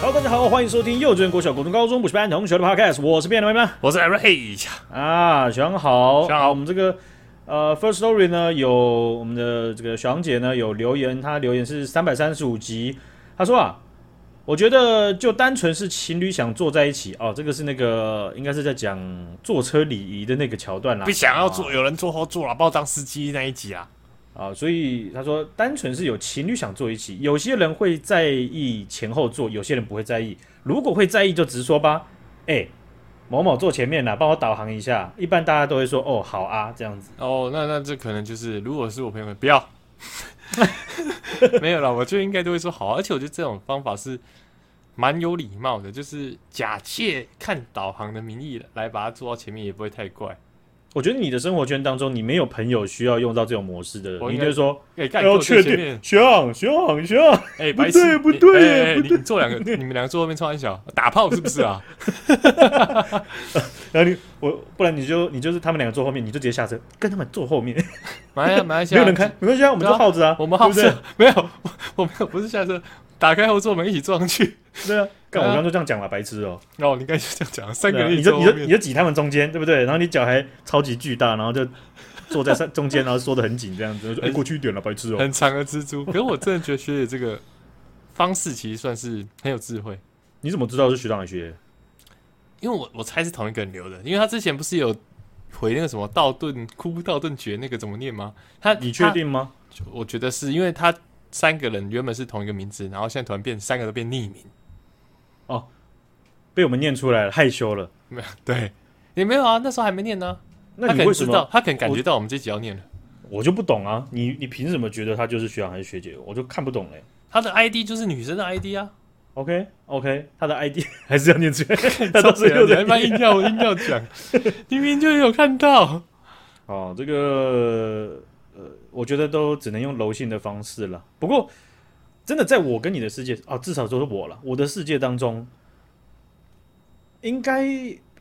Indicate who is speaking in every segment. Speaker 1: Hello，大家好，欢迎收听幼稚园、国小、国中、高中补习班同学的 Podcast，我是变的妹妹
Speaker 2: 我是 Ray，
Speaker 1: 啊，小杨好，
Speaker 2: 小杨好
Speaker 1: 啊我们这个呃 First Story 呢有我们的这个小杨姐呢有留言，她留言是三百三十五集，她说啊，我觉得就单纯是情侣想坐在一起哦，这个是那个应该是在讲坐车礼仪的那个桥段啦，
Speaker 2: 不想要坐，有人坐后座了，把我当司机那一集啊，
Speaker 1: 啊，所以他说，单纯是有情侣想坐一起，有些人会在意前后座，有些人不会在意。如果会在意，就直说吧。哎、某某坐前面啦，帮我导航一下。一般大家都会说，哦，好啊，这样子。
Speaker 2: 哦，那那这可能就是，如果是我朋友们，不要， 没有啦，我就应该都会说好啊，而且我觉得这种方法是蛮有礼貌的，就是假借看导航的名义来把它坐到前面，也不会太怪。
Speaker 1: 我觉得你的生活圈当中，你没有朋友需要用到这种模式的，
Speaker 2: 我
Speaker 1: 你
Speaker 2: 应
Speaker 1: 就
Speaker 2: 该
Speaker 1: 会说，
Speaker 2: 哎、欸，干
Speaker 1: 要
Speaker 2: 你坐
Speaker 1: 确
Speaker 2: 我前
Speaker 1: 定
Speaker 2: 面，，
Speaker 1: 学长，学长，学长，
Speaker 2: 哎、
Speaker 1: 不
Speaker 2: 白痴，
Speaker 1: 对不
Speaker 2: 你
Speaker 1: 对
Speaker 2: 哎哎
Speaker 1: 不
Speaker 2: 你坐两个，你们两个坐后面穿很小，打炮是不是啊？
Speaker 1: 然后你我，不然你就你就是他们两个坐后面，你就直接下车跟他们坐后面，
Speaker 2: 马来马来西
Speaker 1: 没
Speaker 2: 亚
Speaker 1: 有人开，没关系啊，我们
Speaker 2: 对啊
Speaker 1: 坐耗子啊，
Speaker 2: 我
Speaker 1: 对
Speaker 2: 们好
Speaker 1: 不对
Speaker 2: 车没有， 我我没有，不是下车，打开后座门一起坐上去。
Speaker 1: 对啊，干
Speaker 2: 对啊
Speaker 1: 我刚刚就这样讲了，白痴哦。
Speaker 2: 哦，你应该就这样讲，三个
Speaker 1: 对啊
Speaker 2: 人一
Speaker 1: 你就
Speaker 2: 起坐
Speaker 1: 你
Speaker 2: 后
Speaker 1: 就你
Speaker 2: 面。
Speaker 1: 就挤他们中间，对不对？然后你脚还超级巨大，然后就坐在上中间，然后缩得很紧，这样子。哎、
Speaker 2: 很
Speaker 1: 过去一点了，白 痴哦、
Speaker 2: 很长的蜘蛛，可是我真的觉得学姐这个方式其实算是很有智慧，
Speaker 1: 你怎么知道是学长学？
Speaker 2: 因为我我猜是同一个人留的，因为他之前不是有回那个什么道顿窟道顿诀那个怎么念吗？他
Speaker 1: 你确？定吗？
Speaker 2: 他我觉得是因为他三个人原本是同一个名字，然后现在突然变三个都变匿名，
Speaker 1: 被我们念出来了，害羞了。
Speaker 2: 没有对。也没有啊，那时候还没念呢、
Speaker 1: 那
Speaker 2: 他
Speaker 1: 你
Speaker 2: 可
Speaker 1: 为
Speaker 2: 能
Speaker 1: 什
Speaker 2: 知
Speaker 1: 么
Speaker 2: 道？，他可能感觉到我们这集要念了。
Speaker 1: 我就不懂啊！你你凭什么觉得他就是学长还是学姐？我就看不懂嘞、
Speaker 2: 他的 ID 就是女生的 ID 啊，
Speaker 1: OK OK，他的 ID 还是要念出来，他
Speaker 2: 到
Speaker 1: 都是
Speaker 2: 时候
Speaker 1: 有
Speaker 2: 你还
Speaker 1: 的。
Speaker 2: 蛮硬要硬要 讲，明明就有看到。
Speaker 1: 哦，这个呃，我觉得都只能用柔性的方式了。不过，真的在我跟你的世界啊，至少说是我了，我的世界当中，应该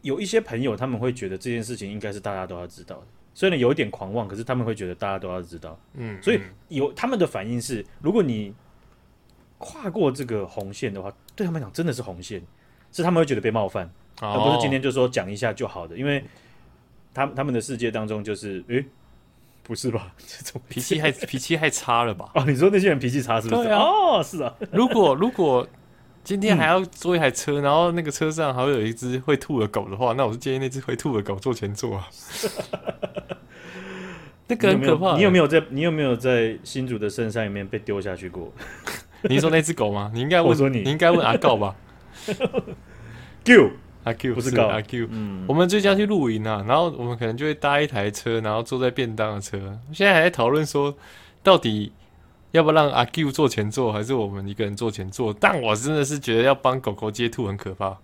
Speaker 1: 有一些朋友他们会觉得这件事情应该是大家都要知道的。虽然有一点狂妄，可是他们会觉得大家都要知道。
Speaker 2: 嗯
Speaker 1: 所以有他们的反应是，如果你跨过这个红线的话，对他们来讲真的是红线，是他们会觉得被冒犯。而
Speaker 2: 哦
Speaker 1: 啊不是今天就说讲一下就好的，因为他他们的世界当中就是，诶、不是吧？ 这种
Speaker 2: 脾气还脾气还差了吧？
Speaker 1: 哦，你说那些人脾气差是不是？
Speaker 2: 对啊
Speaker 1: 哦，是啊，
Speaker 2: 如果如果今天还要坐一台车，然后那个车上还会有一只会吐的狗的话，那我是建议那只会吐的狗坐前座 啊。那个很
Speaker 1: 你有没
Speaker 2: 可
Speaker 1: 有
Speaker 2: 怕。欸
Speaker 1: 你有没有在你有没有在新竹的深山里面被丢下去过？
Speaker 2: 有？你说那只狗吗？你应该
Speaker 1: 我
Speaker 2: 问
Speaker 1: 说你
Speaker 2: 你应该问阿告吧？
Speaker 1: 丢，
Speaker 2: 阿 Q
Speaker 1: 不是
Speaker 2: 是
Speaker 1: 告
Speaker 2: 阿 Q。
Speaker 1: 嗯，
Speaker 2: 我们最近要去露营啊，然后我们可能就会搭一台车，然后坐在便当的车。现在还在讨论说，到底要不要让阿 Q 坐前座，还是我们一个人坐前座？但我真的是觉得要帮狗狗接兔很可怕。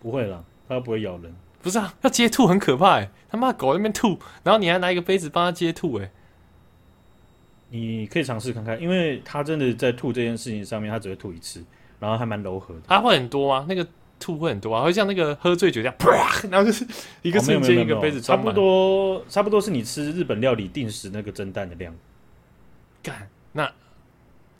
Speaker 1: 不会啦，它不会咬人。
Speaker 2: 不是啊，要接吐很可怕哎、他妈狗在那边吐，然后你还拿一个杯子帮它接吐哎、
Speaker 1: 你可以尝试看看，因为它真的在吐这件事情上面，它只会吐一次，然后还蛮柔和的。
Speaker 2: 它、会很多吗？那个吐会很多啊，会像那个喝醉酒这样，啪，然后就是一个
Speaker 1: 哦没有没有
Speaker 2: 瞬间
Speaker 1: 没
Speaker 2: 一
Speaker 1: 有
Speaker 2: 个杯子
Speaker 1: 差
Speaker 2: 装
Speaker 1: 不
Speaker 2: 满。
Speaker 1: 多差不多是你吃日本料理定时那个蒸蛋的量。
Speaker 2: 干，那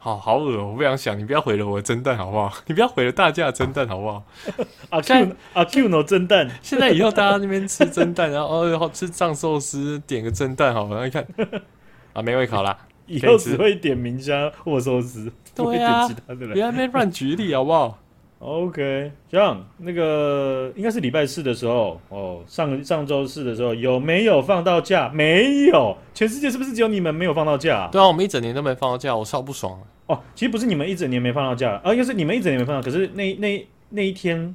Speaker 2: 好好恶哦、我不想想，你不要毁了我的蒸蛋好不好？ 你不要毁了大家的蒸蛋好不好？
Speaker 1: 阿
Speaker 2: 现
Speaker 1: Q 阿 Q 呢蒸蛋，
Speaker 2: 啊现在以后大家那边吃蒸蛋，然后哦然后吃藏寿司，点个蒸蛋好了，然后看啊没胃口啦，
Speaker 1: 以
Speaker 2: 可以
Speaker 1: 后
Speaker 2: 吃
Speaker 1: 只会点明虾或寿司，不会
Speaker 2: 对
Speaker 1: 点
Speaker 2: 啊
Speaker 1: 其他的
Speaker 2: 不
Speaker 1: 了。
Speaker 2: 要在那边乱举例好不好？
Speaker 1: OK，这样那个应该是礼拜四的时候哦，上上周四的时候有没有放到假？没有，全世界是不是只有你们没有放到假啊、
Speaker 2: 对啊，我们一整年都没放到假，我超不爽的。
Speaker 1: 哦，其实不是你们一整年没放到假，啊，应该是你们一整年没放到，可是那那那一天，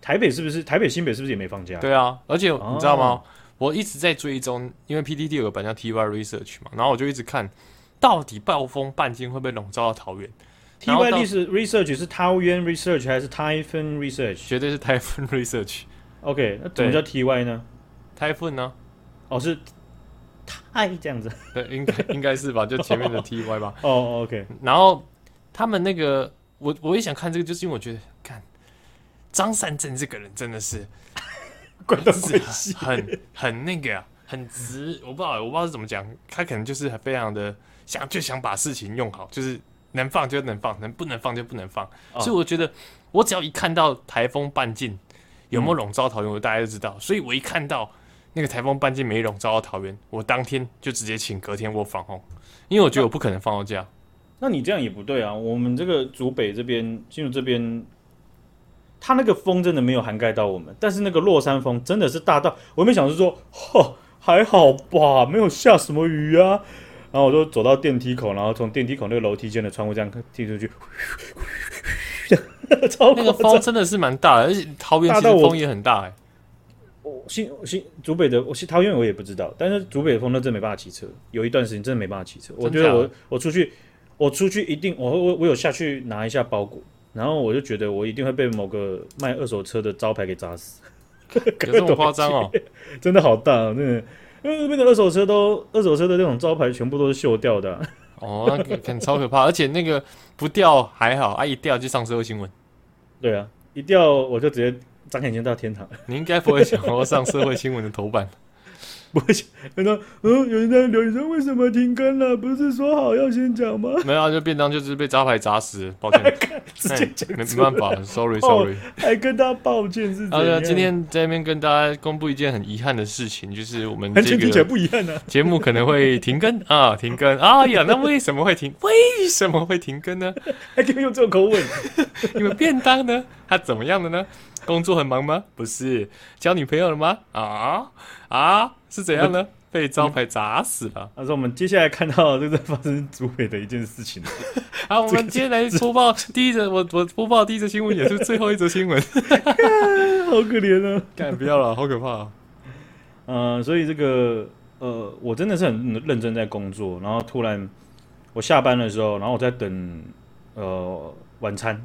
Speaker 1: 台北是不是台北新北是不是也没放假？
Speaker 2: 对啊，而且
Speaker 1: 哦
Speaker 2: 你知道吗？我一直在追踪，因为 PTT 有个版叫 TY Research 嘛，然后我就一直看到底暴风半径会不会笼罩到桃园，然后
Speaker 1: ，TY
Speaker 2: 到
Speaker 1: 历史 research 啊是桃园 research 还是 Typhoon research？OK，、
Speaker 2: 绝对是 Typhoon Research。
Speaker 1: 那怎么叫 TY 呢？
Speaker 2: Typhoon 呢？
Speaker 1: 哦，是太这样子。
Speaker 2: 对，应该应该是吧，就前面的 TY 吧。
Speaker 1: 哦，OK，
Speaker 2: 然后他们那个，我我也想看这个，就是因为我觉得，看张善政这个人真的是
Speaker 1: 怪到
Speaker 2: 是很很那个、啊，很直，我不知道，我不知道是怎么讲，他可能就是非常的想就想把事情用好，就是能放就能放，能不能放就不能放。
Speaker 1: 哦
Speaker 2: 所以我觉得，我只要一看到台风半径有没有笼罩桃园，我大家就知道。所以我一看到那个台风半径没笼罩到桃园，我当天就直接请隔天我放空，因为我觉得我不可能放到假。
Speaker 1: 那你这样也不对啊！我们这个竹北这边，进入这边，它那个风真的没有涵盖到我们，但是那个落山风真的是大到，我没想是说， 吼，还好吧，没有下什么雨啊。然后我就走到电梯口，然后从电梯口那个楼梯间的窗户这样看踢出去， 超
Speaker 2: 那个
Speaker 1: 夸
Speaker 2: 风
Speaker 1: 张！
Speaker 2: 真的是蛮大的，而且桃园
Speaker 1: 大
Speaker 2: 其实
Speaker 1: 到我
Speaker 2: 风也很大、欸。
Speaker 1: 我新新竹北的，我新桃园我也不知道，但是竹北的风那真的没办法骑车，有一段时间真的没办法骑车。我觉
Speaker 2: 真假
Speaker 1: 得
Speaker 2: 的
Speaker 1: 我我出去，我出去一定我我我有下去拿一下包裹，然后我就觉得我一定会被某个卖二手车的招牌给砸死，
Speaker 2: 有这么夸张哦？
Speaker 1: 真的好大、哦，真的。因为那边的二手车都二手车的那种招牌全部都是锈掉的啊、
Speaker 2: 哦，那个很超可怕，而且那个不掉还好，啊一掉就上社会新闻。
Speaker 1: 对啊，一掉我就直接张眼睛到天堂。
Speaker 2: 你应该不会想要上社会新闻的头版。
Speaker 1: 不会想，然后嗯，有人在留言说为什么停更了？不是说好要先讲吗？
Speaker 2: 没有啊，就便当就是被招牌砸死了，抱歉，
Speaker 1: 直
Speaker 2: 那
Speaker 1: 接讲
Speaker 2: 没
Speaker 1: 出
Speaker 2: 没
Speaker 1: 来哦
Speaker 2: 办法，sorry sorry。
Speaker 1: 还跟他抱歉是怎
Speaker 2: 好的，
Speaker 1: 样？
Speaker 2: 哦啊今天在这边跟大家公布一件很遗憾的事情，就是我们
Speaker 1: 完
Speaker 2: 这
Speaker 1: 全听起来
Speaker 2: 个
Speaker 1: 不一样啊！
Speaker 2: 节目可能会停更啊，停更。哎呀，那为什么会停？为什么会停更呢？
Speaker 1: 还可以用这种口吻，
Speaker 2: 你们便当呢？ 他怎么样了呢？工作很忙吗？不是，交女朋友了吗？啊啊，是怎样呢？被招牌砸死了。
Speaker 1: 他说我们接下来看到这个发生主委的一件事情，
Speaker 2: 好，我们今天来播报第一则，我我播报第一则新闻，也是最后一则新 闻。
Speaker 1: 好可怜啊！
Speaker 2: 干，不要了，好可怕、啊。
Speaker 1: 嗯、所以这个呃，我真的是很认真在工作，然后突然我下班的时候，然后我在等呃晚餐，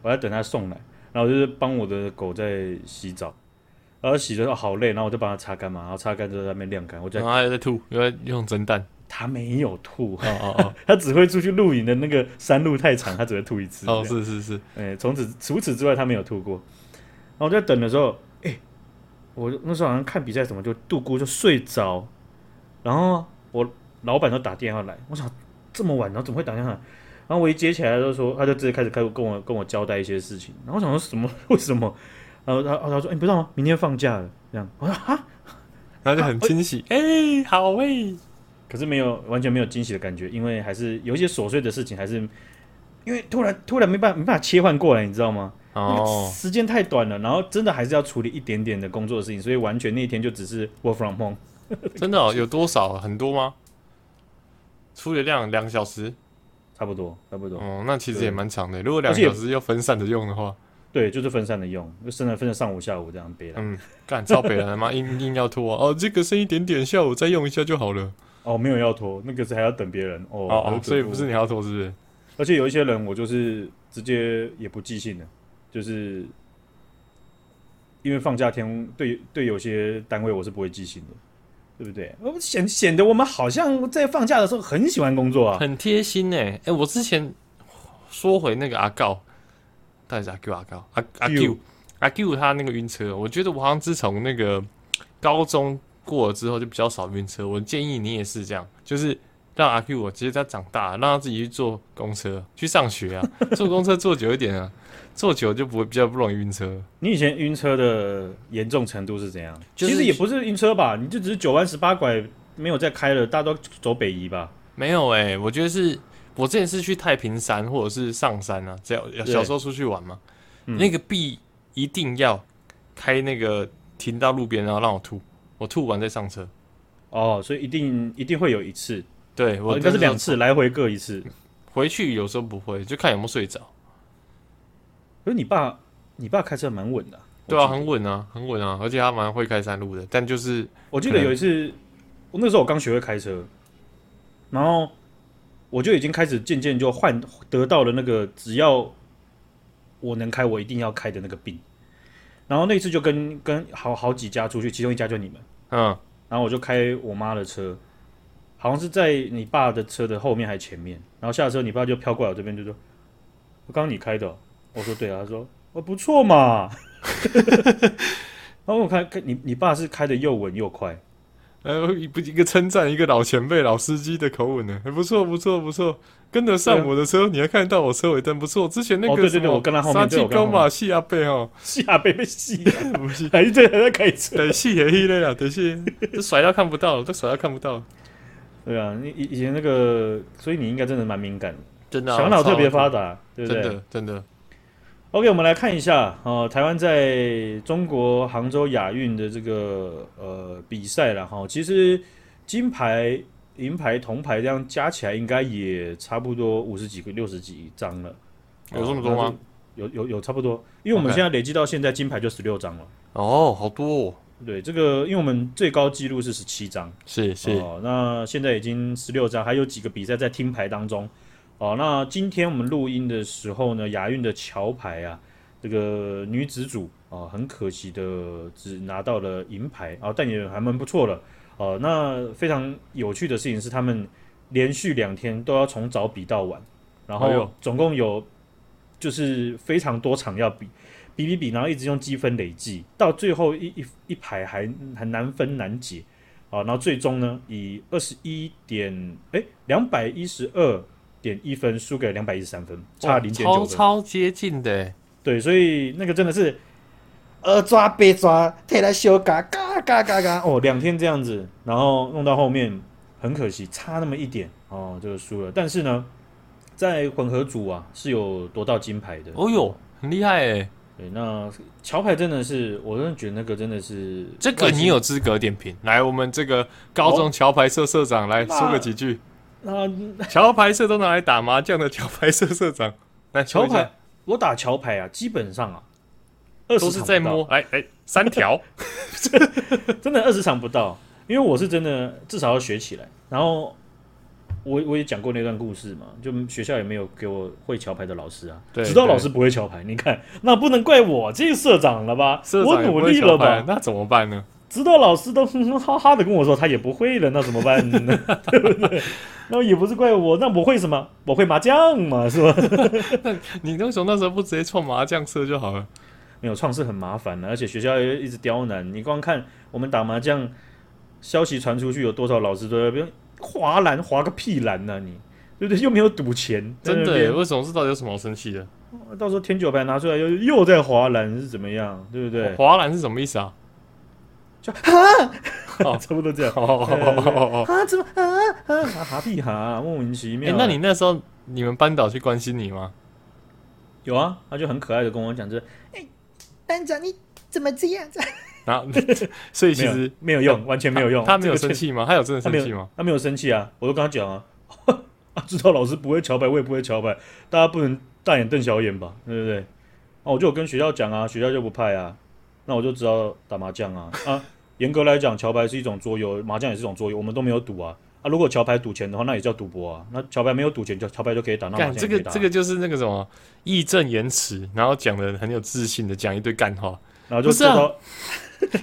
Speaker 1: 我在等他送来，然后就是帮我的狗在洗澡，然后洗的时候好累，然后我就帮它擦干嘛，然后擦干之后在那边晾干，我觉
Speaker 2: 然
Speaker 1: 得
Speaker 2: 后还在吐，又在用蒸蛋。
Speaker 1: 它没有吐，
Speaker 2: 哦哦
Speaker 1: 它只会出去露营的那个山路太长，它只会吐一次。
Speaker 2: 哦，哦，是是是，
Speaker 1: 哎，从此除此之外，他没有吐过。然后我在等的时候，哎、我那时候好像看比赛什么，就度咕就睡着。然后我老板就打电话来，我想这么晚，然后怎么会打电话来？然后我一接起来，就说他就直接开始开始跟我跟我交代一些事情。然后我想说什么？ 为什么？然后他然后他说：“哎、你不知道吗？明天放假了。”这样，我 说哈，
Speaker 2: 然后就很惊喜，哎、好哎、
Speaker 1: 可是没有完全没有惊喜的感觉，因为还是有一些琐碎的事情，还是因为突然突然没办法没办法切换过来，你知道吗？那个
Speaker 2: 哦，
Speaker 1: 时间太短了，然后真的还是要处理一点点的工作的事情，所以完全那一天就只是 work from home。
Speaker 2: 真的、哦、有多少？很多吗？出流量两个小时，
Speaker 1: 差不多，差不多，
Speaker 2: 哦，那其实
Speaker 1: 对
Speaker 2: 也蛮长的。如果两个
Speaker 1: 而且
Speaker 2: 小时要分散着用的话，
Speaker 1: 对，就是分散的用，就分了分了上午、下午这样背了。
Speaker 2: 嗯，干超北了，妈硬硬要拖啊！哦，这个剩一点点，下午再用一下就好了。
Speaker 1: 哦，没有要拖，那个是还要等别人哦
Speaker 2: 哦
Speaker 1: 好
Speaker 2: 哦
Speaker 1: 可，
Speaker 2: 所以不
Speaker 1: 恶
Speaker 2: 是你要拖，是不是？
Speaker 1: 而且有一些人我就是直接也不寄信了，就是因为放假天对对有些单位我是不会寄信的，对不对？我显显得我们好像在放假的时候很喜欢工作啊。
Speaker 2: 很贴心呢、哎、我之前说回那个阿告，到底是阿 Q 阿告阿阿
Speaker 1: Q
Speaker 2: Q 阿 Q 他那个晕车，我觉得我好像自从那个高中过了之后就比较少晕车。我建议你也是这样，就是让阿 Q 我直接他长大，让他自己去坐公车去上学啊，坐公车坐久一点啊，坐久就不会比较不容易晕车。
Speaker 1: 你以前晕车的严重程度是怎样？
Speaker 2: 就是
Speaker 1: 其实也不是晕车吧，你就只是九弯十八拐没有再开了，大家都走北移吧。
Speaker 2: 没有哎、我觉得是我之前是去太平山或者是上山啊，只要小时候出去玩嘛，
Speaker 1: 嗯
Speaker 2: 那个必一定要开那个停到路边，然后让我吐，我吐完再上车。
Speaker 1: 哦，所以一定一定会有一次，
Speaker 2: 对
Speaker 1: 哦
Speaker 2: 我
Speaker 1: 应该是
Speaker 2: 那时候
Speaker 1: 两次，来回各一次。
Speaker 2: 回去有时候不会，就看有没有睡着。
Speaker 1: 可是你爸，你爸开车蛮稳的、
Speaker 2: 对啊，
Speaker 1: 我记
Speaker 2: 很稳啊，很稳啊，而且他蛮会开山路的，但就是
Speaker 1: 得，我记得有一次，我那时候我刚学会开车，然后我就已经开始渐渐就换得到了那个只要我能开，我一定要开的那个病。然后那次就跟跟好好几家出去，其中一家就你们。
Speaker 2: 嗯，
Speaker 1: 然后我就开我妈的车，好像是在你爸的车的后面还前面，然后下车你爸就飘过来我这边就说：“我刚刚你开的哦、我说：“对啊。”他说：“哦，不错 嘛。”然后我看看你，你爸是开的又稳又快，
Speaker 2: 呃，不一个称赞一个老前辈、老司机的口吻呢，哎还不错，不错，不错，跟得
Speaker 1: 对
Speaker 2: 上
Speaker 1: 啊
Speaker 2: 我的车，你还看得到我车尾灯，不错。之前那
Speaker 1: 哦
Speaker 2: 个
Speaker 1: 对
Speaker 2: 什
Speaker 1: 对对
Speaker 2: 么
Speaker 1: 我跟他后面
Speaker 2: 杀
Speaker 1: 对
Speaker 2: 气
Speaker 1: 我跟他
Speaker 2: 高
Speaker 1: 后面
Speaker 2: 马戏阿贝哦，
Speaker 1: 下被被吸了，
Speaker 2: 不是，
Speaker 1: 还在还在开车。
Speaker 2: 等戏也一类了，等戏这甩到看不到了，都甩到看不到了，
Speaker 1: 对啊，你以以前那个，所以你应该真的蛮敏感的，
Speaker 2: 真的啊
Speaker 1: 小脑特别发
Speaker 2: 超
Speaker 1: 达，对不
Speaker 2: 真
Speaker 1: 对
Speaker 2: 的真的，
Speaker 1: ？OK，我们来看一下哦、台湾在中国杭州亚运的这个呃比赛了哈、其实金牌、银牌、铜牌这样加起来，应该也差不多五十几个、六十几张了。
Speaker 2: 有这么多吗？
Speaker 1: 有有有差不多，因为我们
Speaker 2: OK
Speaker 1: 现在累计到现在金牌就十六张了。
Speaker 2: 哦，好多哦，
Speaker 1: 对，这个因为我们最高纪录是十七张。
Speaker 2: 是是，
Speaker 1: 哦，那现在已经十六张，还有几个比赛在听牌当中。哦，那今天我们录音的时候呢，亚运的桥牌啊，这个女子组啊、很可惜的只拿到了银牌啊、但也还蛮不错了。哦，那非常有趣的事情是，他们连续两天都要从早比到晚，然
Speaker 2: 哎
Speaker 1: 后
Speaker 2: 呦
Speaker 1: 总共有就是非常多场要比，比比比，然后一直用积分累计，到最后一一一排还还难分难解啊，然后最终呢以二十一点哎两百一十二点一分输给两百一十三分，差
Speaker 2: 哇
Speaker 1: 零点九
Speaker 2: 超
Speaker 1: 分。
Speaker 2: 超接近的欸，
Speaker 1: 对，所以那个真的是
Speaker 3: 二抓八抓，替他修嘎嘎嘎嘎嘎。
Speaker 1: 哦，两天这样子，然后弄到后面很可惜，差那么一点哦，就输了。但是呢，在混合组啊是有夺到金牌的。
Speaker 2: 哦哟，很厉害哎，
Speaker 1: 对，那桥牌真的是，我真的觉得那个真的是
Speaker 2: 这个你有资格点评。来，我们这个高中桥牌社社长来说个几句。
Speaker 1: 那
Speaker 2: 桥牌社都拿来打麻将的桥牌社社长， 来
Speaker 1: 桥
Speaker 2: 说一
Speaker 1: 牌
Speaker 2: 下，
Speaker 1: 我打桥牌啊，基本上啊，二
Speaker 2: 都
Speaker 1: 十
Speaker 2: 是在摸，，哎哎，三条，
Speaker 1: 真的二十场不到，因为我是真的至少要学起来。然后我我也讲过那段故事嘛，就学校也没有给我会桥牌的老师啊，
Speaker 2: 对
Speaker 1: 指导
Speaker 2: 对
Speaker 1: 老师不会桥牌，你看那不能怪我这个社长了吧？
Speaker 2: 社
Speaker 1: 我
Speaker 2: 长也不
Speaker 1: 努
Speaker 2: 会
Speaker 1: 力
Speaker 2: 桥
Speaker 1: 了
Speaker 2: 牌
Speaker 1: 吧，？
Speaker 2: 那怎么办呢？
Speaker 1: 指导老师都 哼哼哈哈的跟我说他也不会了，那怎么办 呢？对不对？那也不是怪我，那我会什么？我会麻将嘛，是吧？
Speaker 2: 你为什么那时候不直接创麻将社就好了？
Speaker 1: 没有创是很麻烦啊的，而且学校也一直刁难。你光看我们打麻将，消息传出去有多少老师都在那边划蓝划个屁蓝呢、你对不对？又没有赌钱，在
Speaker 2: 真
Speaker 1: 那
Speaker 2: 的
Speaker 1: 边
Speaker 2: 耶，为什么这到底有什么好生气的？
Speaker 1: 到时候天九牌拿出来又又在划蓝是怎么样？对不对？
Speaker 2: 华兰是什么意思 啊？
Speaker 1: 差不多这样。
Speaker 2: 哦哦哦哦哦！
Speaker 1: 啊，怎么啊啊啊哈屁哈，莫名其
Speaker 2: 哎
Speaker 1: 妙，啊。
Speaker 2: 那你那时候你们班导去关心你吗？
Speaker 1: 有啊？他就很可爱的跟我讲，就是
Speaker 3: 班长，你怎么这样子？
Speaker 2: 然后， 所以其
Speaker 1: 没有
Speaker 2: 实
Speaker 1: 没有用，完全没有用。
Speaker 2: 他没有
Speaker 1: 这
Speaker 2: 生
Speaker 1: 个
Speaker 2: 气吗？他有真的
Speaker 1: 他
Speaker 2: 生
Speaker 1: 没有
Speaker 2: 气吗？
Speaker 1: 他没有生气啊，我都跟他讲啊， 啊，知道老师不会桥牌，我也不会桥牌，大家不能大眼瞪小眼吧，对不对？啊，我就有跟学校讲啊，学校就不派啊，那我就只好打麻将啊啊，严格来讲，桥牌是一种桌游，麻将也是一种桌游，我们都没有赌啊啊，如果桥牌赌钱的话，那也叫赌博啊，那桥牌没有赌钱，就桥牌就可以打，那麻
Speaker 2: 干
Speaker 1: 将
Speaker 2: 这
Speaker 1: 也可
Speaker 2: 个
Speaker 1: 以打啊。
Speaker 2: 这个就是那个什么义正言辞，然后讲的很有自信的讲一堆干 话，
Speaker 1: 然后就
Speaker 2: 不是啊
Speaker 1: 受到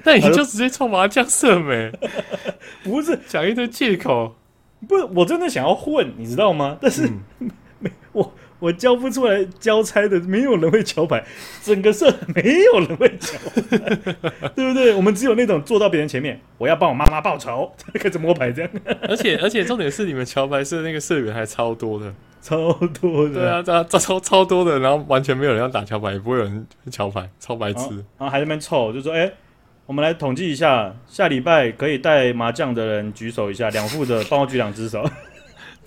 Speaker 2: 那你就直接冲麻将社没
Speaker 1: 不是
Speaker 2: 讲一堆借口，
Speaker 1: 不是，我真的想要混，你知道吗？但是、
Speaker 2: 嗯
Speaker 1: 我我交不出来交差的，没有人会桥牌，整个社团没有人会桥 牌，对不对？我们只有那种坐到别人前面，我要帮我妈妈报仇，开始摸牌这样，
Speaker 2: 而且而且重点是你们桥牌社那个社员还超多的，
Speaker 1: 超多的。
Speaker 2: 对啊，超超超超多的，然后完全没有人要打桥牌，也不会有人桥牌，超白
Speaker 1: 然后，
Speaker 2: 痴。
Speaker 1: 然后还在那边凑，就说：“哎、我们来统计一下，下礼拜可以带麻将的人举手一下，两副的帮我举两只 手，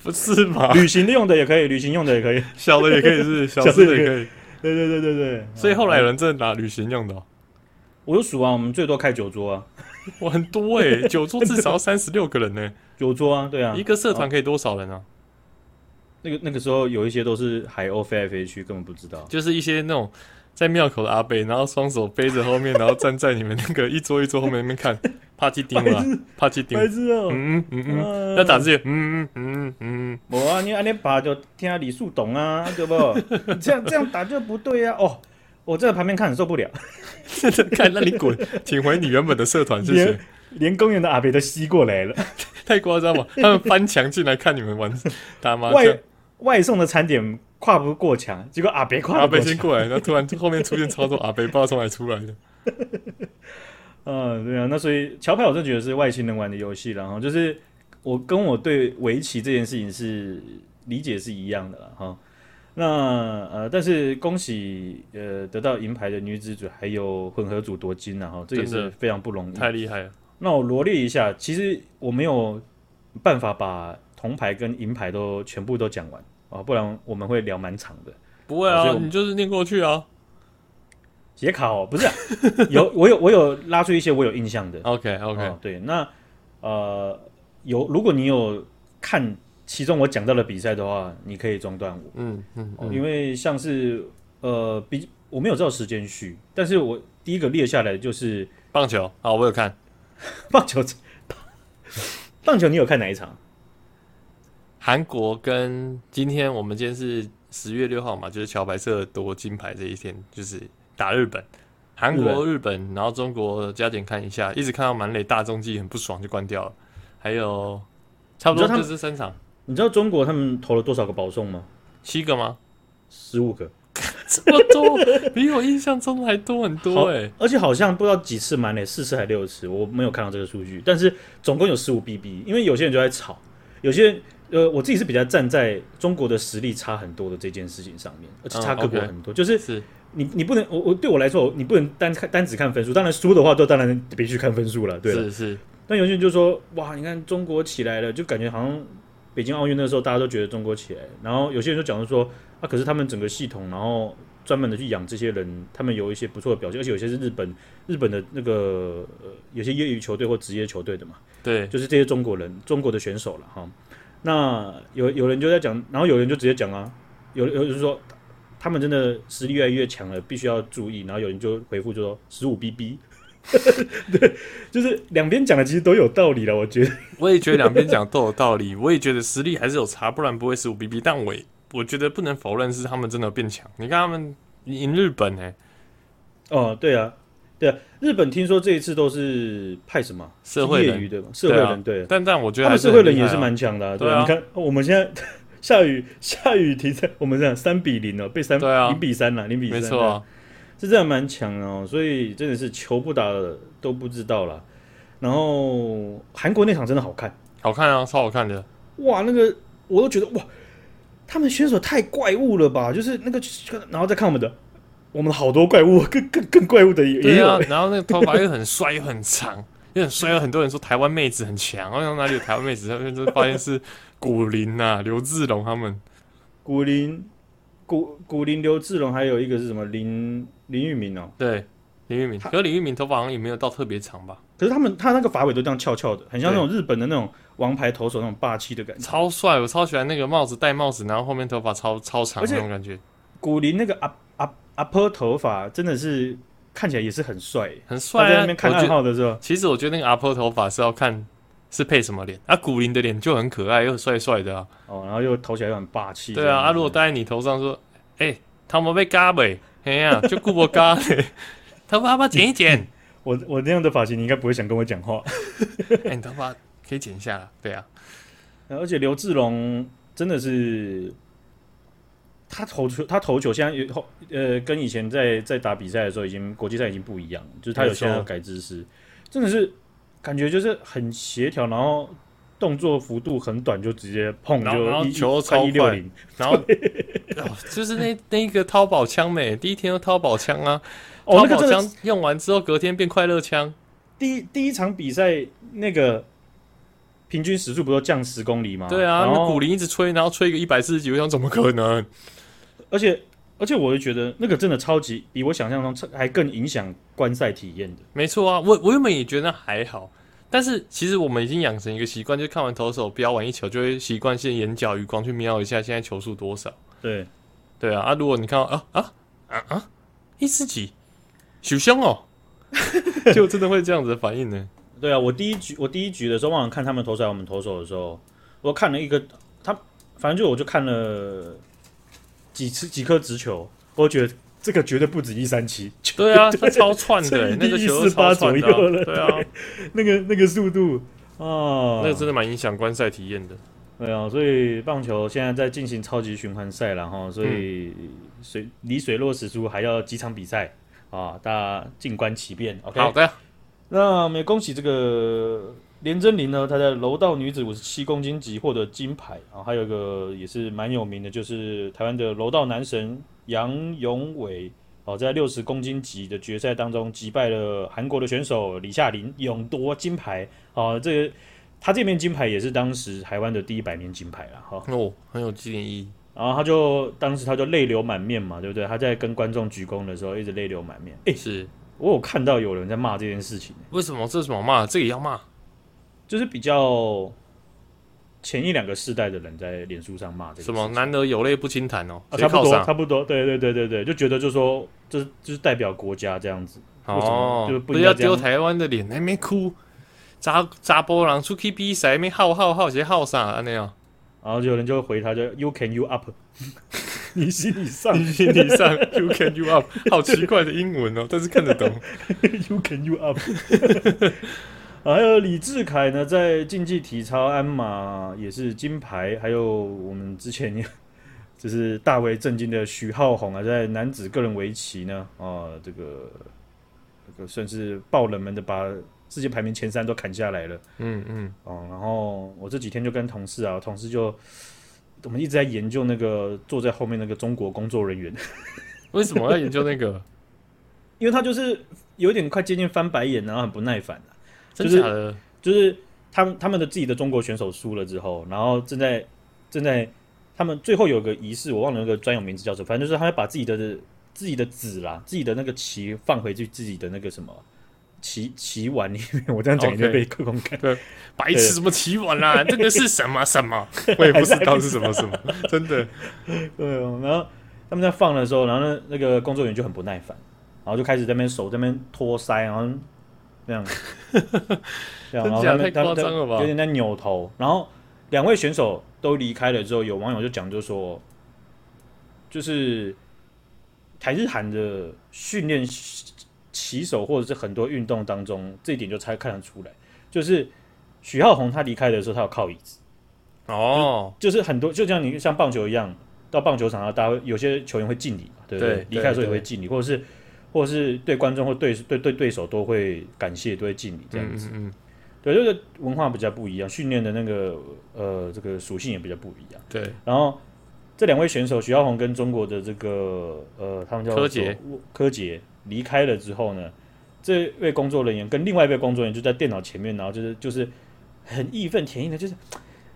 Speaker 2: 不是吧？
Speaker 1: 旅行用的也可以，旅行用的也可以。
Speaker 2: 小的也可以是， 小
Speaker 1: 小
Speaker 2: 的
Speaker 1: 的也
Speaker 2: 也可以。”嗯
Speaker 1: 对对对对对，
Speaker 2: 所以后来有人真的拿旅行用的、哦，
Speaker 1: 我就数啊，我们最多开九桌啊，
Speaker 2: 哇，很多哎、九桌至少三十六个人 呢、
Speaker 1: 九桌啊，对啊，
Speaker 2: 一个社团可以多少人啊？
Speaker 1: 那个那个时候有一些都是海鸥飞来飞去，根本不知道。
Speaker 2: 就是一些那种在庙口的阿伯，然后双手背着后面，然后站在你们那个一桌一桌后面那边 看，怕去丢 了，怕去丢
Speaker 1: 白，痴哦、
Speaker 2: 嗯嗯嗯
Speaker 1: 嗯
Speaker 2: 嗯，要打字，嗯嗯嗯嗯，
Speaker 1: 无啊，你安尼打就听李树懂啊，对 不？你这样这样打就不对啊。哦，我在旁边看很受不了，
Speaker 2: 嗯 看，那你滚，请回你原本的社团，谢
Speaker 1: 连
Speaker 2: 谢。
Speaker 1: 连公园的阿伯都吸过来了，
Speaker 2: 太夸张了，他们翻墙进来看你们玩打麻将
Speaker 1: 外，外送的餐点跨不过墙，结果阿伯跨
Speaker 2: 阿
Speaker 1: 不
Speaker 2: 北
Speaker 1: 过
Speaker 2: 先
Speaker 1: 墙。
Speaker 2: 过来，然后突然后面出现超多阿北，不知道从哪里出来的。
Speaker 1: 嗯，对啊，那所以桥牌我真的觉得是外星人玩的游戏啦，然后就是我跟我对围棋这件事情是理解是一样的了哈。那呃，但是恭喜呃得到银牌的女子组还有混合组夺金然后这也
Speaker 2: 真
Speaker 1: 是
Speaker 2: 的
Speaker 1: 非常不容易。
Speaker 2: 太厉害了，
Speaker 1: 那我罗列一下，其实我没有办法把铜牌跟银牌都全部都讲完啊，不然我们会聊蛮长的。
Speaker 2: 不会
Speaker 1: 好哦所以
Speaker 2: 啊，
Speaker 1: 我们
Speaker 2: 你就是念过去啊。
Speaker 1: 写卡哦，不 是啊、有我有我有拉出一些我有印象的。
Speaker 2: OK OK，
Speaker 1: 哦、对，那呃，有如果你有看其中我讲到的比赛的话，你可以中断我，
Speaker 2: 嗯嗯
Speaker 1: 哦因
Speaker 2: 嗯，
Speaker 1: 为像是呃，比我没有照时间序，但是我第一个列下来的就是
Speaker 2: 棒球啊，我有看，
Speaker 1: 棒球，棒棒球你有看哪一场？
Speaker 2: 韩国跟今天我们今天是十月六号嘛，就是乔白色夺金牌这一天，就是打日本、韩国、日本，然后中国加减看一下，一直看到满垒大中继很不爽就关掉了，还有差不
Speaker 1: 你知道
Speaker 2: 多
Speaker 1: 他们
Speaker 2: 就是三场
Speaker 1: 你知道中国他们投了多少个保送吗？
Speaker 2: 七个吗？
Speaker 1: 十五个，
Speaker 2: 这么多， 比我印象中还多很多哎、
Speaker 1: 而且好像不知道几次满垒，四次还六次，我没有看到这个数据。但是总共有十五 BB，因为有些人就在吵，有些人呃，我自己是比较站在中国的实力差很多的这件事情上面，而且差各国
Speaker 2: 嗯，OK
Speaker 1: 很多。就是
Speaker 2: 是
Speaker 1: 你你不能，我我对我来说，你不能单看单只看分数。当然输的话，就当然必须看分数了，对了。
Speaker 2: 是是，
Speaker 1: 但有些人就说，哇，你看中国起来了，就感觉好像北京奥运那时候大家都觉得中国起来了，然后有些人就讲说，啊，可是他们整个系统，然后专门的去养这些人，他们有一些不错的表现，而且有些是日本日本的那个呃有些业余球队或职业球队的嘛，
Speaker 2: 对，
Speaker 1: 就是这些中国人中国的选手了哈。那有有人就在讲，然后有人就直接讲啊，有有人就说他们真的实力越来越强了，必须要注意。然后有人就回复就说十五 BB，对，就是两边讲的其实都有道理了，我觉得。
Speaker 2: 我也觉得两边讲都有道理， 我也觉得实力还是有差，不然不会十五 BB。但我也我觉得不能否认是他们真的有变强。你看他们赢日本哎、
Speaker 1: 哦，对啊，对啊，日本听说这一次都是派什么
Speaker 2: 社会
Speaker 1: 业
Speaker 2: 人
Speaker 1: 余，对吧？社会人对,、
Speaker 2: 但但我觉得
Speaker 1: 他
Speaker 2: 还
Speaker 1: 们
Speaker 2: 是
Speaker 1: 社会人
Speaker 2: 很厉
Speaker 1: 也
Speaker 2: 害啊
Speaker 1: 是蛮强的、啊，
Speaker 2: 对啊
Speaker 1: 你看我们现在 下雨下雨停赛，我们这样三比零哦，被三
Speaker 2: 对啊
Speaker 1: 零比三了，零比三，
Speaker 2: 没错啊、
Speaker 1: 是真的蛮强的哦，所以真的是球不打了都不知道了。然后韩国那场真的好看，
Speaker 2: 好看啊，超好看的。
Speaker 1: 哇，那个我都觉得哇，他们选手太怪物了吧？就是那个，然后再看我们的，我们好多怪物，更更更怪物的也也
Speaker 2: 对
Speaker 1: 有、
Speaker 2: 啊，然后那个头发又很帅又很长，又很帅，有很多人说台湾妹子很强，然后哪里有台湾妹子？他们就发现是古林呐、 刘志龙他们。
Speaker 1: 古林、古古林、刘志龙，还有一个是什么林林玉明哦。
Speaker 2: 对，林玉敏，可是林玉敏头发好像也没有到特别长吧，
Speaker 1: 可是他们他那个发尾都这样翘翘的，很像那种日本的那种王牌投手那种霸气的感觉。
Speaker 2: 超帅，我超喜欢那个帽子戴帽子，然后后面头发超超长
Speaker 1: 而且
Speaker 2: 那种感觉，
Speaker 1: 古林那个阿阿阿婆头发真的是看起来也是很帅，
Speaker 2: 很帅
Speaker 1: 他在
Speaker 2: 啊。
Speaker 1: 那边看
Speaker 2: 我觉
Speaker 1: 暗
Speaker 2: 得
Speaker 1: 号的时候，
Speaker 2: 其实我觉得那个阿婆头发是要看是配什么脸，啊，古林的脸就很可爱又帅帅的啊。
Speaker 1: 哦，然后又投起来又很霸气这
Speaker 2: 对
Speaker 1: 样
Speaker 2: 啊，
Speaker 1: 子。
Speaker 2: 啊，如果戴在你头上说，哎、他们被嘎呗，嘿呀、就顾不嘎嘞， 头发要不要剪 一剪？
Speaker 1: 我我那样的发型，你应该不会想跟我讲 话。
Speaker 2: 哎、你头发可以剪一下啦，对啊，
Speaker 1: 而且刘志龙真的是，他投球，他投球现在有后呃，跟以前在在打比赛的时候，已经国际赛已经不一样了，就是他有
Speaker 2: 没错
Speaker 1: 现在要改姿势，真的是感觉就是很协调，然后动作幅度很短，就直接碰
Speaker 2: 然后然
Speaker 1: 就
Speaker 2: 后
Speaker 1: 一
Speaker 2: 球超
Speaker 1: 一六
Speaker 2: 快
Speaker 1: 零，
Speaker 2: 然后、 哦就是那那一个淘宝枪美，第一天用淘宝枪啊，
Speaker 1: 哦，
Speaker 2: 淘
Speaker 1: 那
Speaker 2: 宝
Speaker 1: 个真的
Speaker 2: 枪用完之后隔天变快乐枪，
Speaker 1: 第一第一场比赛那个平均时速不都降十公里吗？
Speaker 2: 对啊，
Speaker 1: 然
Speaker 2: 那
Speaker 1: 后
Speaker 2: 古林一直吹，然后吹个一百四十几，我想怎么可能？
Speaker 1: 而且而且我就觉得那个真的超级比我想象中还更影响观赛体验的。
Speaker 2: 没错啊，我我原本也觉得还好，但是其实我们已经养成一个习惯，就是看完投手标完一球，就会习惯性眼角余光去瞄一下现在球数多少。
Speaker 1: 对，
Speaker 2: 对啊，啊，如果你看到啊啊啊啊一四几，许凶哦， 就真的会这样子的反应呢。
Speaker 1: 对啊，我第一局我第一局的时候，忘了看他们投手还是我们投手的时候，我看了一个他，反正就我就看了几次几颗直球，我觉得这个绝对不止一三七，
Speaker 2: 对啊，他超串的、
Speaker 1: 所以
Speaker 2: 那个
Speaker 1: 一
Speaker 2: 球
Speaker 1: 四
Speaker 2: 是超
Speaker 1: 八
Speaker 2: 串的
Speaker 1: 左右
Speaker 2: 啊、
Speaker 1: 了
Speaker 2: 对啊，
Speaker 1: 那个那个速度啊，
Speaker 2: 那个真的蛮影响观赛体验的。
Speaker 1: 对啊，所以棒球现在在进行超级循环赛了哈，所以
Speaker 2: 嗯
Speaker 1: 水离水落石出还要几场比赛啊，大家静观其变。OK，
Speaker 2: 好的，
Speaker 1: 那我们也恭喜这个连真玲呢，她在柔道女子五十七公斤级获得金牌啊，还有一个也是蛮有名的，就是台湾的柔道男神杨永伟哦，在六十公斤级的决赛当中击败了韩国的选手李夏琳，勇夺金牌哦，这个他这面金牌也是当时台湾的第一百面金牌了哈。
Speaker 2: 哦，很有纪念意义。
Speaker 1: 然后他就当时他就泪流满面嘛，对不对？他在跟观众鞠躬的时候一直泪流满面。诶，
Speaker 2: 是
Speaker 1: 我有看到有人在骂这件事情，
Speaker 2: 为什么？这什么骂？这个也要骂？
Speaker 1: 就是比较前一两个世代的人在脸书上骂这个
Speaker 2: 什么
Speaker 1: 事情
Speaker 2: 男儿有泪不轻弹哦？
Speaker 1: 啊，
Speaker 2: 谁
Speaker 1: 差不
Speaker 2: 靠
Speaker 1: 多
Speaker 2: 上？
Speaker 1: 差不多，对对对对对，就觉得就说这就是代表国家这样子，为什么
Speaker 2: 哦，
Speaker 1: 就是不
Speaker 2: 不
Speaker 1: 应该
Speaker 2: 要
Speaker 1: 这样
Speaker 2: 丢台湾的脸，还没哭，查查波人出去比赛，没耗耗耗，谁耗啥安尼哦？
Speaker 1: 然后就有人就回他就 You can you up，你心里上
Speaker 2: 你心理上 you can you up，好奇怪的英文哦，但是看得懂。
Speaker 1: You can you up 啊。还有李志凯呢，在竞技体操鞍马也是金牌，还有我们之前也就是大为震惊的许浩宏啊，在男子个人围棋呢，啊，这个这个算是爆冷门的，把世界排名前三都砍下来了。
Speaker 2: 嗯嗯，
Speaker 1: 哦，然后我这几天就跟同事啊，我同事就我们一直在研究那个坐在后面那个中国工作人员，
Speaker 2: 为什么要研究那个？
Speaker 1: 因为他就是有点快接近翻白眼，然后很不耐烦、啊
Speaker 2: 真
Speaker 1: 就是
Speaker 2: 假的？
Speaker 1: 就是他们他们的自己的中国选手输了之后，然后正在正在他们最后有个仪式，我忘了那个专有名字叫什么，反正就是他会把自己的自己的子啦，自己的那个旗放回去自己的那个什么棋棋碗里面。我这样讲
Speaker 2: OK
Speaker 1: 就被扣空看。
Speaker 2: 白痴什么起晚啦？这个是什么什么？我也不知道是什么什么，真的。
Speaker 1: 对哦，然后他们在放的时候，然后那那个工作人员就很不耐烦，然后就开始在那边手在那边托腮，然后那样， 这样，然后
Speaker 2: 真
Speaker 1: 他
Speaker 2: 假
Speaker 1: 们
Speaker 2: 太
Speaker 1: 他们
Speaker 2: 夸张了吧
Speaker 1: 有点在扭头。然后两位选手都离开了之后，有网友就讲，就说，就是台日韩的训练棋手或者是很多运动当中，这一点就才看得出来，就是许浩宏他离开的时候，他有靠椅子。
Speaker 2: 哦，
Speaker 1: 就是很多，就像你像棒球一样，到棒球场上，大家会有些球员会敬礼嘛，对不
Speaker 2: 对
Speaker 1: 离开的时候也
Speaker 2: 对
Speaker 1: 会敬礼，或者是或者是对观众或对对对对手都会感谢，都会敬礼这样
Speaker 2: 嗯
Speaker 1: 子。
Speaker 2: 嗯，嗯
Speaker 1: 对，就是文化比较不一样，训练的那个呃这个属性也比较不一样。
Speaker 2: 对，
Speaker 1: 然后这两位选手徐浩宏跟中国的这个呃他们叫
Speaker 2: 柯洁
Speaker 1: 做柯洁离开了之后呢，这位工作人员跟另外一位工作人员就在电脑前面，然后就是就是很义愤填膺的，就是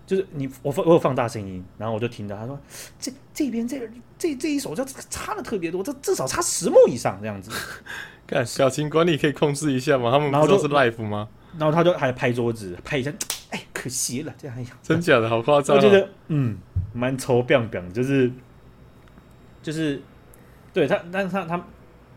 Speaker 1: 就是你我放我有放大声音，然后我就听到他说这这边这这这一手就差的特别多，这至少差十目以上这样子，
Speaker 2: 看表情管理可以控制一下吗？他们
Speaker 1: 然后
Speaker 2: 不都
Speaker 1: 就是
Speaker 2: live 吗？
Speaker 1: 然后他就还拍桌子拍一下，哎可惜了这样哎呀，
Speaker 2: 真假的，好夸张
Speaker 1: 我觉
Speaker 2: 哦。
Speaker 1: 得嗯，蛮愁彪彪，就是就是，对他，但是他他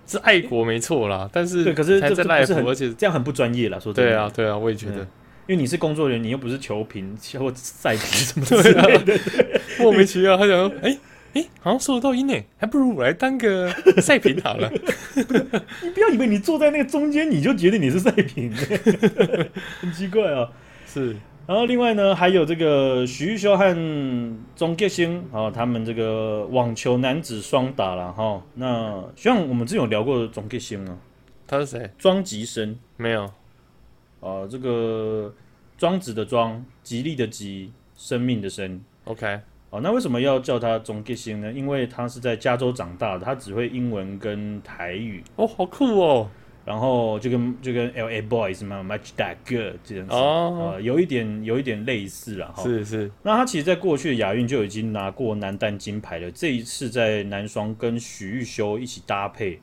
Speaker 2: 是爱国没错啦，但是
Speaker 1: 对可是
Speaker 2: 还
Speaker 1: 这
Speaker 2: 在
Speaker 1: 这不是
Speaker 2: live，
Speaker 1: 很
Speaker 2: 而且
Speaker 1: 这样很不专业啦，说真的。
Speaker 2: 对啊，对啊，我也觉得
Speaker 1: 嗯因为你是工作人员，你又不是球评或赛评什么之
Speaker 2: 啊
Speaker 1: 类的，
Speaker 2: 莫名其妙，他想说，哎、哎、好像收得到音呢，还不如我来当个赛评好 了。
Speaker 1: 你不要以为你坐在那个中间，你就觉得你是赛评， 很奇怪啊、
Speaker 2: 是，
Speaker 1: 然后另外呢，还有这个徐昱修和钟杰星啊，他们这个网球男子双打了哈。那像我们之前有聊过钟杰星啊，
Speaker 2: 他是谁？
Speaker 1: 庄吉生，
Speaker 2: 没有，
Speaker 1: 呃，这个庄子的庄，吉利的吉，生命的生。
Speaker 2: OK，
Speaker 1: 哦，那为什么要叫他中吉星呢？因为他是在加州长大的，他只会英文跟台语，
Speaker 2: 哦，好酷哦，
Speaker 1: 然后就跟就跟 L A Boys 嘛，Much That Good 这样子，
Speaker 2: 哦
Speaker 1: 呃，有一点有一点类似了哈。
Speaker 2: 是是，
Speaker 1: 那他其实，在过去的亚运就已经拿过男单金牌了，这一次在男双跟许玉修一起搭配，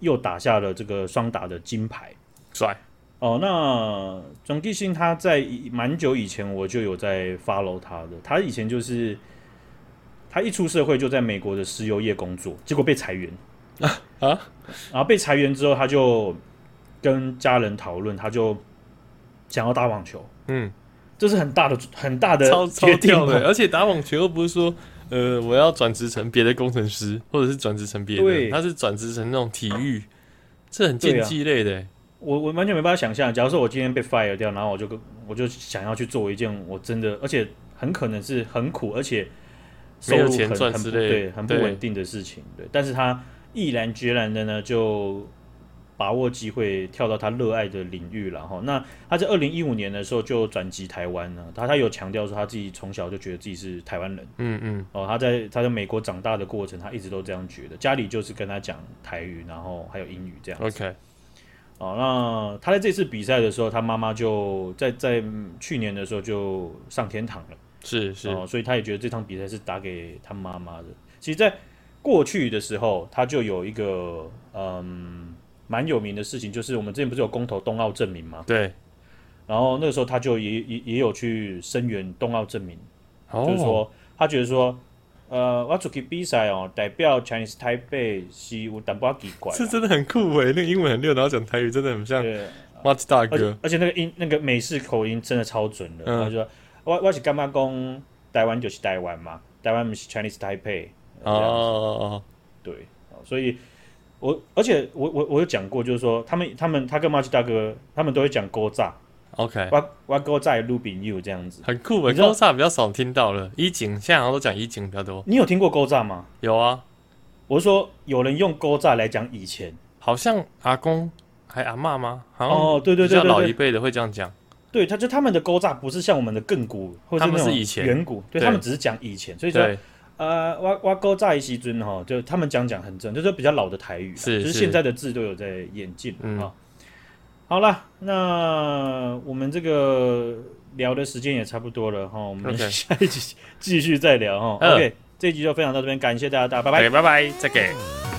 Speaker 1: 又打下了这个双打的金牌。
Speaker 2: 帅，
Speaker 1: 哦，那庄继兴他在以蛮久以前我就有在 follow 他的，他以前就是他一出社会就在美国的石油业工作，结果被裁员
Speaker 2: 啊，
Speaker 1: 然后被裁员之后他就跟家人讨论，他就想要打网球，
Speaker 2: 嗯，
Speaker 1: 这是很大的很大的
Speaker 2: 超超
Speaker 1: 决定
Speaker 2: 屌
Speaker 1: 哦
Speaker 2: 的，而且打网球又不是说。呃，我要转职成别的工程师，或者是转职成别的，
Speaker 1: 对
Speaker 2: 他是转职成那种体育，这很
Speaker 1: 对
Speaker 2: 竞
Speaker 1: 啊
Speaker 2: 技类的。
Speaker 1: 我我完全没办法想象，假如说我今天被 fire 掉，然后我就跟我就想要去做一件我真的，而且很可能是很苦，而且收入
Speaker 2: 没有钱
Speaker 1: 很
Speaker 2: 赚
Speaker 1: 很
Speaker 2: 之
Speaker 1: 不
Speaker 2: 类
Speaker 1: 对，很不
Speaker 2: 对
Speaker 1: 稳定的事情。对，但是他毅然决然的呢，就把握机会跳到他热爱的领域了哈。那他在二零一五年的时候就转籍台湾了，他他有强调说他自己从小就觉得自己是台湾人
Speaker 2: 嗯嗯，
Speaker 1: 哦，他在他在美国长大的过程，他一直都这样觉得，家里就是跟他讲台语，然后还有英语这样。
Speaker 2: OK，
Speaker 1: 哦，那他在这次比赛的时候，他妈妈就在在嗯去年的时候就上天堂了，
Speaker 2: 是是，
Speaker 1: 哦，所以他也觉得这场比赛是打给他妈妈的。其实，在过去的时候，他就有一个嗯蛮有名的事情，就是我们之前不是有公投冬奥证明吗？
Speaker 2: 对，
Speaker 1: 然后那个时候他就也也也有去声援冬奥证明，
Speaker 2: 哦，
Speaker 1: 就是说他觉得说。呃，我出去比赛哦，代表 Chinese 台北是有淡薄仔奇怪啦，
Speaker 2: 这真的很酷欸诶，那个英文很溜，然后讲台语真的很像
Speaker 1: 对，啊
Speaker 2: 马吉大
Speaker 1: 而
Speaker 2: 哥
Speaker 1: 且。而且那个音那个美式口音真的超准的。
Speaker 2: 啊嗯
Speaker 1: 他就说，我我是干嘛讲台湾就是台湾嘛，台湾不是 Chinese Taipei
Speaker 2: 哦哦
Speaker 1: 对，哦所以我而且我我我有讲过，就是说他们他们他跟 m a 大哥他们都会讲勾炸，
Speaker 2: 哦，OK，
Speaker 1: 我我勾炸 l u b i n you 这样子。
Speaker 2: 很酷诶。
Speaker 1: 你知道
Speaker 2: 高萨比较少听到了，一景现在好像都讲一景比较多。
Speaker 1: 你有听过勾炸吗？
Speaker 2: 有啊，
Speaker 1: 我是说有人用勾炸来讲以前
Speaker 2: 好像阿公还阿嬷吗？好像
Speaker 1: 哦，对对对
Speaker 2: 比较老
Speaker 1: 对
Speaker 2: 一
Speaker 1: 对，
Speaker 2: 辈的会这样讲。
Speaker 1: 对，他就他们的勾炸不是像我们的亘古或
Speaker 2: 他
Speaker 1: 是
Speaker 2: 们
Speaker 1: 那种
Speaker 2: 是以前
Speaker 1: 远古，对
Speaker 2: 对
Speaker 1: 他们只是讲以前，所以说
Speaker 2: 对，
Speaker 1: 呃，挖挖沟在西尊哈，就他们讲讲很正，就是比较老的台语啦，
Speaker 2: 是
Speaker 1: 就是
Speaker 2: 是
Speaker 1: 现在的字都有在演进
Speaker 2: 嗯
Speaker 1: 啊。好啦，那我们这个聊的时间也差不多了哈，我们
Speaker 2: OK
Speaker 1: 下一集继续再聊哈。
Speaker 2: 嗯
Speaker 1: OK，这一集就分享到这边，感谢大家，大家拜拜
Speaker 2: 对，。拜拜，再见。
Speaker 4: 「